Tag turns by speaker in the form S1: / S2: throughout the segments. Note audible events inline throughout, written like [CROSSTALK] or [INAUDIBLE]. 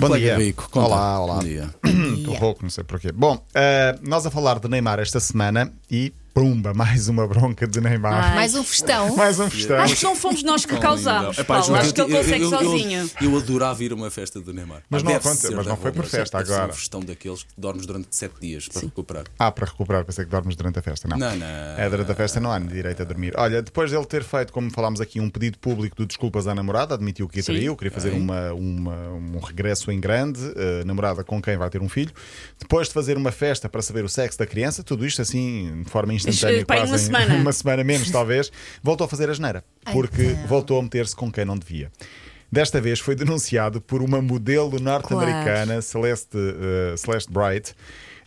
S1: Bom
S2: Colega
S1: dia.
S2: Rico, conta.
S1: Olá, olá.
S2: Bom dia.
S1: Estou rouco, não sei porquê. Bom, ah, nós a falar de Neymar esta semana e pumba, [LAUGHS] mais uma bronca de Neymar.
S3: Ai.
S4: Mais um festão.
S1: Mais um festão.
S3: Acho que não fomos nós que causámos.
S2: Epá,
S3: Paulo.
S2: juro,
S3: acho que ele consegue
S2: eu- eu-
S3: sozinho.
S2: Eu, eu adorava ir a uma festa do Neymar. Ah,
S1: Mas não
S2: Deve
S1: acontece,
S2: ser
S1: mas
S2: da
S1: não foi por
S2: Roma,
S1: festa
S2: deve ser
S1: agora.
S2: um festão daqueles que dormes durante sete dias para recuperar.
S1: Ah, para recuperar, pensei que dormes durante a festa, não.
S2: Não, não.
S1: É, durante a festa não há direito a dormir. Olha, depois dele ter feito, como falámos aqui, um pedido público de desculpas à namorada, admitiu que a
S3: Sim.
S1: traiu, queria fazer uma, uma- um regresso em grande, eh, namorada com quem vai ter um filho. Depois de fazer uma festa para saber o sexo da criança, tudo isto assim, de forma instantânea,
S3: Eh, pá, em
S1: quase
S3: uma
S1: em- [LAUGHS]
S3: semana.
S1: uma semana menos,
S3: [LAUGHS]
S1: talvez, voltou a fazer a geneira,
S4: Ai,
S1: porque
S4: não.
S1: voltou a meter-se com quem não devia. Desta vez foi denunciado por uma modelo norte-americana americana, Celeste, eh, Celeste Bright,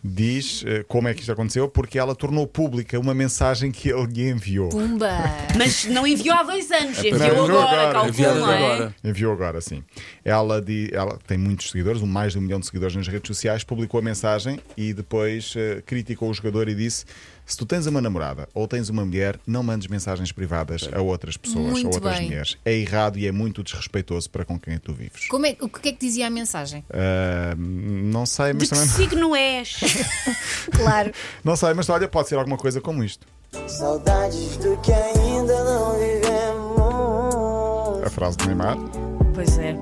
S1: diz eh, como é que isto aconteceu, porque ela tornou pública uma mensagem que ele lhe enviou.
S4: Pumba.
S3: Mas não enviou há dois anos,
S1: Não,
S3: enviou
S1: enviou
S3: agora,
S1: agora,
S3: calculo,
S2: enviado
S3: não é?
S2: agora.
S1: Enviou agora, sim. Ela, di- ela tem muitos seguidores, um mais de um milhão de seguidores nas redes sociais, publicou a mensagem e depois eh, criticou o jogador e disse: Se tu tens uma namorada ou tens uma mulher, não mandes mensagens privadas a outras pessoas
S4: Muito
S1: ou outras
S4: bem.
S1: mulheres. É errado e é muito desrespeitoso para com quem tu vives.
S4: Como é, o que é que dizia a mensagem?
S1: Ah, não sei,
S3: De
S1: mas
S3: que
S1: também. [LAUGHS]
S3: signo és?
S4: Claro.
S1: Não sei, mas olha, pode ser alguma coisa como isto.
S5: Saudades do que ainda não vivemos.
S1: A frase de Neymar.
S3: pois é.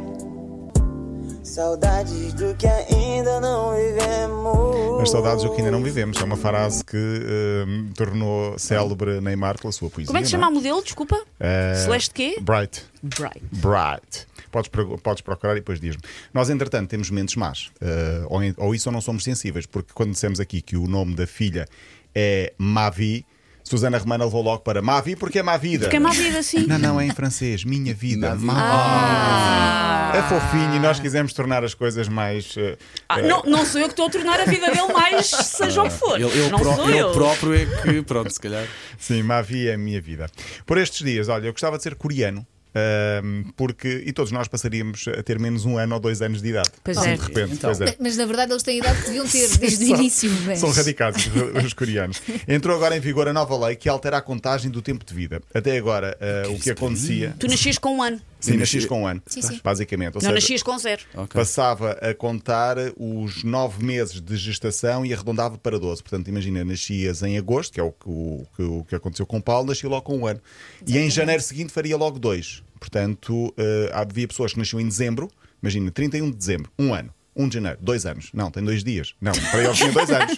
S5: Saudades do que ainda não vivemos.
S1: As saudades do que ainda não vivemos. É uma frase que ah, tornou célebre Neymar pela sua poesia.
S3: Como é que se
S1: não
S3: chama a modelo? Desculpa.
S1: Ah,
S3: Celeste quê?
S1: Bright.
S3: Bright.
S1: Bright. Podes, pro- podes procurar e depois diz-me. Nós, entretanto, temos mentes más. Eh, ou, en- ou isso ou não somos sensíveis, porque quando dissemos aqui que o nome da filha é Mavi, Susana Romana levou logo para Mavi porque é má vida.
S3: Porque é má vida Ah. assim.
S1: Não, não, é em francês. Minha vida.
S2: Mavi.
S1: Mavi. É fofinho e nós quisemos tornar as coisas mais. eh,
S3: Ah, não, não sou eu que estou a tornar a vida dele mais seja o que for.
S2: Ele, ele
S3: Ah, não
S2: pró-
S3: sou
S2: ele
S3: eu.
S2: próprio é que, pronto, se calhar.
S1: Sim, Mavi é a minha vida. Por estes dias, olha, eu gostava de ser coreano. ahm, porque, e todos nós passaríamos a ter menos um ano ou dois anos de idade.
S3: Pois
S1: Assim,
S3: é.
S1: De repente,
S2: Então.
S1: pois é.
S4: Mas na verdade eles têm a idade que deviam
S3: [LAUGHS]
S4: ter desde o início. Mas...
S1: São radicais os- os coreanos. Entrou agora em vigor a nova lei que altera a contagem do tempo de vida. Até agora, ah, o que acontecia.
S3: Tu nascias com um ano.
S1: Sim, nascias com um ano,
S4: Sim, sim.
S1: basicamente. Ou
S3: Não
S1: seja,
S3: nascias com zero.
S2: Ok.
S1: passava a contar os nove meses de gestação e arredondava para 12. Portanto, imagina, nascias em agosto, que é o que, o, que, o que aconteceu com o Paulo, nasci logo com um ano. E em janeiro seguinte faria logo dois. Portanto, eh, havia pessoas que nasciam em dezembro, imagina, 31 de dezembro, um ano. 1 de janeiro, dois anos. Não, tem dois dias. Não, para eles tinha dois anos.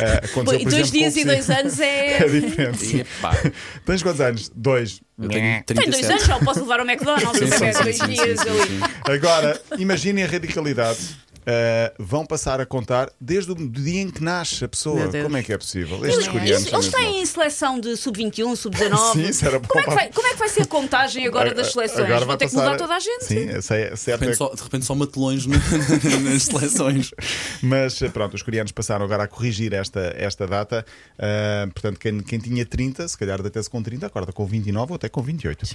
S1: Eh, aconteceu,
S3: Pois,
S1: por
S3: dois
S1: exemplo,
S3: dias
S1: com o
S3: e dois
S1: Cid.
S3: anos
S1: [LAUGHS]
S3: é.
S1: É diferente.
S2: Epá,
S1: Tens quantos anos? Dois.
S2: eu tenho 37.
S3: Tem dois anos, já o posso levar ao McDonald's.
S2: Sim,
S3: é? eu
S2: sim,
S3: pego
S2: sim,
S3: dois
S2: sim,
S3: dias
S2: sim,
S3: ali.
S2: sim, sim.
S1: Agora, imaginem a radicalidade. Uh, vão passar a contar desde o dia em que nasce a pessoa.
S3: Meu Deus.
S1: Como é que é possível? Estes
S4: Isso-
S1: coreanos.
S3: Isso, eles
S1: são mesmo
S3: têm seleção de sub-21, sub-19.
S1: Sim, isso era bom
S3: como, é que
S1: para-
S3: vai, como é que vai ser a contagem agora das seleções?
S1: Agora
S3: Vão
S1: vai
S3: ter que
S1: passar-
S3: mudar toda a gente?
S1: Sim, essa é-
S2: De
S1: certo. é
S2: repente, só, de repente só matelões no- [LAUGHS] nas seleções.
S1: Mas eh, pronto, os coreanos passaram agora a corrigir esta, esta data. Ah, portanto, quem, quem tinha 30, se calhar até se com 30, acorda com 29 ou até com 28.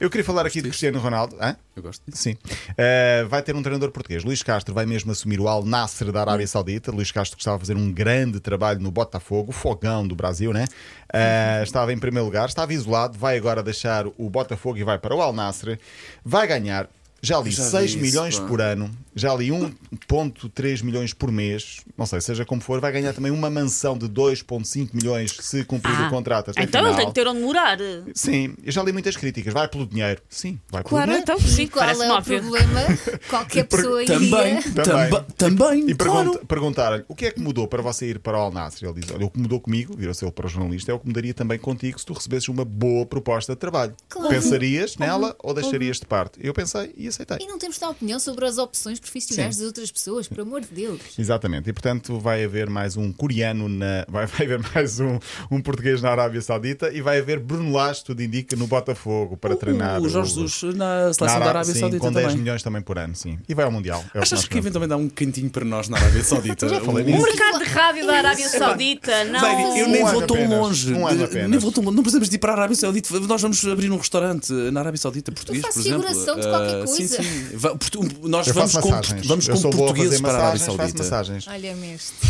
S1: Eu queria falar aqui de Cristiano Ronaldo. Hã?
S2: Eu gosto disso.
S1: Sim. Ah, vai ter um treinador português. Luís Castro vai mesmo assumir o Al Nasser da Arábia Saudita. Luís Castro que estava a fazer um grande trabalho no Botafogo, fogão do Brasil, né? Ah, estava em primeiro lugar, estava isolado, vai agora deixar o Botafogo e vai para o Al Nasser. Vai ganhar. Já li
S2: Já vi
S1: 6
S2: isso,
S1: milhões
S2: pá.
S1: por por ano, já ali 1,3 milhões por mês, não sei, seja como for, vai ganhar também uma mansão de 2,5 milhões se cumprir
S3: Ah,
S1: o contrato. Até
S3: Então
S1: final.
S3: ele tem que ter onde morar.
S1: Sim, eu já li muitas críticas. Vai pelo dinheiro. Sim, vai
S3: Claro,
S1: pelo dinheiro.
S3: então
S4: E
S3: sim,
S4: qual é
S3: parece-me
S4: o
S3: óbvio.
S4: problema?
S2: [LAUGHS]
S4: Qualquer pessoa
S3: é.
S4: iria.
S2: Também, também, também,
S1: E
S2: claro.
S1: pergunta- perguntaram-lhe o que é que mudou para você ir para o Al Nassr? Ele diz: Olha, o que mudou comigo, virou-se ele para o jornalista, é o que mudaria também contigo se tu recebesses uma boa proposta de trabalho.
S4: Claro.
S1: Pensarias nela ou deixarias de parte? Eu pensei e aceitei.
S4: E não temos tal opinião sobre as opções profissionais das outras pessoas, por amor de Deus.
S1: Exatamente, e portanto vai haver mais um coreano, na, vai, vai haver mais um, um português na Arábia Saudita e vai haver Bruno Lage, tudo indica, no Botafogo para treinar.
S2: Uh, O Jorge Jesus na
S1: na
S2: seleção da Arábia
S1: sim,
S2: Saudita
S1: com 10
S2: também.
S1: milhões também por ano, sim. E vai ao Mundial. É o
S2: Achas
S1: nós
S2: que
S1: queremos.
S2: eventualmente dá um cantinho para nós na Arábia
S1: [LAUGHS]
S2: Saudita?
S1: Eu já falei
S2: Um-
S1: nisso.
S3: O mercado de rádio da Arábia Saudita, não.
S2: Bem, eu
S1: Um
S2: nem
S1: ano
S2: vou tão
S1: apenas.
S2: longe.
S1: Um ano
S2: Eh,
S1: apenas.
S2: Nem vou tão longe. Não precisamos de ir para a Arábia Saudita. Nós vamos abrir um restaurante eh, na Arábia Saudita português,
S4: fazes
S2: por exemplo.
S4: figuração de qualquer
S2: Ah, sim,
S4: coisa.
S2: sim. Va- portu- um, Nós
S1: Eu
S2: vamos
S1: faço
S2: com,
S1: massagens.
S2: vamos
S1: Eu
S2: com
S1: sou boa a fazer
S2: portugueses para a Arábia [LAUGHS]
S1: massagens, faço
S2: Saudita.
S1: massagens.
S4: Olha-me este.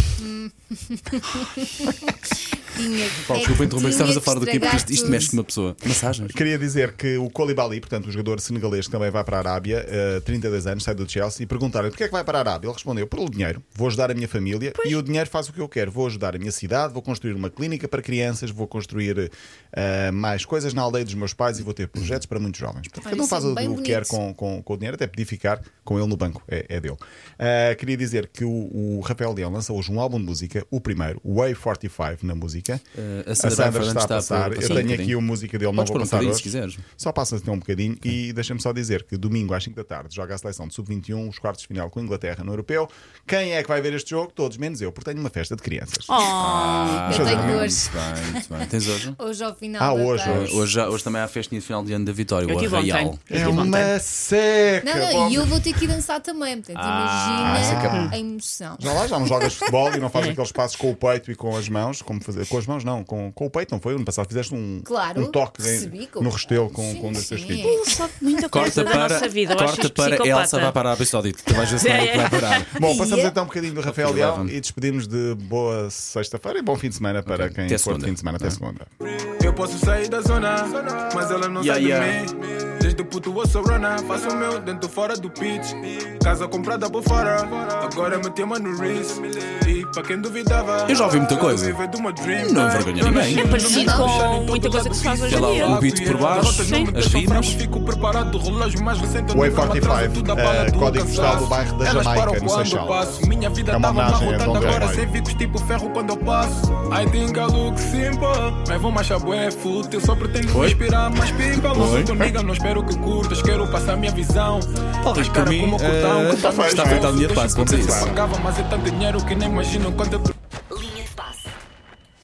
S4: tinha.
S2: Paulo,
S4: é
S2: desculpa
S4: que
S2: interromper,
S4: tinha
S2: estavas a falar do quê? Porque isto,
S4: estragar
S2: isto
S4: tudo.
S2: mexe com uma pessoa. Massagens.
S1: Queria dizer que o Colibali, portanto, o jogador senegalês que também vai para a Arábia, eh, 32 anos, sai do Chelsea, e perguntaram-lhe porquê é que vai para a Arábia. Ele respondeu: pelo dinheiro, vou ajudar a minha família e o dinheiro faz o que eu quero. Vou ajudar a minha cidade, vou construir uma clínica para crianças, vou construir eh, mais coisas na aldeia dos meus pais e vou ter projetos para muitos jovens. Portanto,
S4: Olha,
S1: cada um
S4: isso é
S1: faz o
S4: bem
S1: o que
S4: bonito.
S1: quer com, com, com o dinheiro, até podia ficar com ele no banco, é, é dele. Ah, queria dizer que o, o Rafael Leão lança hoje um álbum de música, o primeiro, Way 45 na música.
S2: Ah, a Sandra Fernandes está a
S1: Eu
S2: passar um
S1: tenho aqui
S2: bocadinho.
S1: a música dele, não
S2: Podes
S1: vou
S2: pôr um
S1: passar
S2: bocadinho,
S1: hoje.
S2: se quiseres.
S1: Só passa até um bocadinho e deixa-me só dizer que domingo às 5 da tarde joga a seleção de sub-21, os quartos de final com a Inglaterra no Europeu. Quem é que vai ver este jogo? Todos, menos eu, porque tenho uma festa de crianças.
S2: Ah, muito
S4: Oh. eu tenho hoje.
S2: bem, muito bem. Tens hoje?
S4: Hoje ao final.
S1: Ah,
S4: da
S1: hoje,
S4: tarde.
S1: hoje.
S2: Hoje, já- hoje também há a festinha de final de ano da Vitória,
S3: Eu
S2: o
S3: tive
S2: Arraial.
S3: ontem.
S1: É
S3: Eu tive ontem.
S1: uma seca!
S4: Não, não,
S1: Bob.
S4: e eu vou ter que ir dançar também, portanto,
S2: Ah,
S4: imagina a emoção.
S1: Já lá, já não jogas futebol e não
S4: [LAUGHS] É.
S1: fazes aqueles passos com o peito e com as mãos, como fazer, com as mãos não, com, com o peito não foi, no passado fizeste um,
S4: Claro,
S1: um toque em-
S4: recebi com-
S1: no restelo com,
S4: Sim,
S1: com um dos teus
S4: sim.
S1: filhos.
S3: Ele sabe muita
S2: Corta
S3: coisa da
S2: para,
S3: é nossa vida. Eu acho
S2: corta
S3: isto
S2: para
S3: psicopata.
S2: Elsa, vai para a Pistólito. Tu vais ver se não é
S3: [LAUGHS]
S2: que vai parar.
S1: Bom, passamos
S4: Yeah.
S1: então um bocadinho do Rafael Leal e despedimos de boa sexta-feira e bom fim de semana para quem
S2: Até
S1: for de
S2: segunda. Tá.
S1: fim de semana até segunda.
S6: Eu posso sair da zona, mas ela não
S2: Yeah,
S6: sai
S2: yeah.
S6: de mim. Desde puto eu sou rona, faço o meu dentro fora do pitch. Casa comprada por fora, agora me tema no wrist. E pra quem duvidava,
S2: Eu já ouvi muita coisa.
S6: viver de uma dream.
S2: Não envergonha ninguém.
S3: É parecido com muita coisa que se faz hoje
S2: Sei lá,
S3: em dia.
S2: o beat por baixo,
S3: Sim.
S2: as rimas.
S6: Fico preparado, relógio mais recente.
S1: Way
S6: nunca me atrasa,
S1: 45,
S6: tudo a bala
S1: eh,
S6: do
S1: código
S6: cansaço.
S1: postal do bairro da
S6: Elas
S1: Jamaica,
S6: param
S1: no
S6: quando
S1: Seixal.
S6: passo. Minha vida
S1: É uma
S6: tava na
S1: homenagem a
S6: rota,
S1: Dom
S6: agora
S1: Dragon.
S6: sem ficos tipo ferro quando eu passo. I think I look simple, mas vou mais bué fruto. Eu só pretendo
S2: Oi?
S6: inspirar mais pipa. Não
S2: Oi?
S6: sou comigo, não espero que curtas. Quero passar minha visão.
S2: Talvez
S6: Mas cara,
S2: por mim,
S6: como eu cortar um
S2: eh,
S6: cortão,
S2: está feito a linha de passe, vamos a isso.
S6: Pagava, mas é tanto dinheiro que nem imagino quanto eu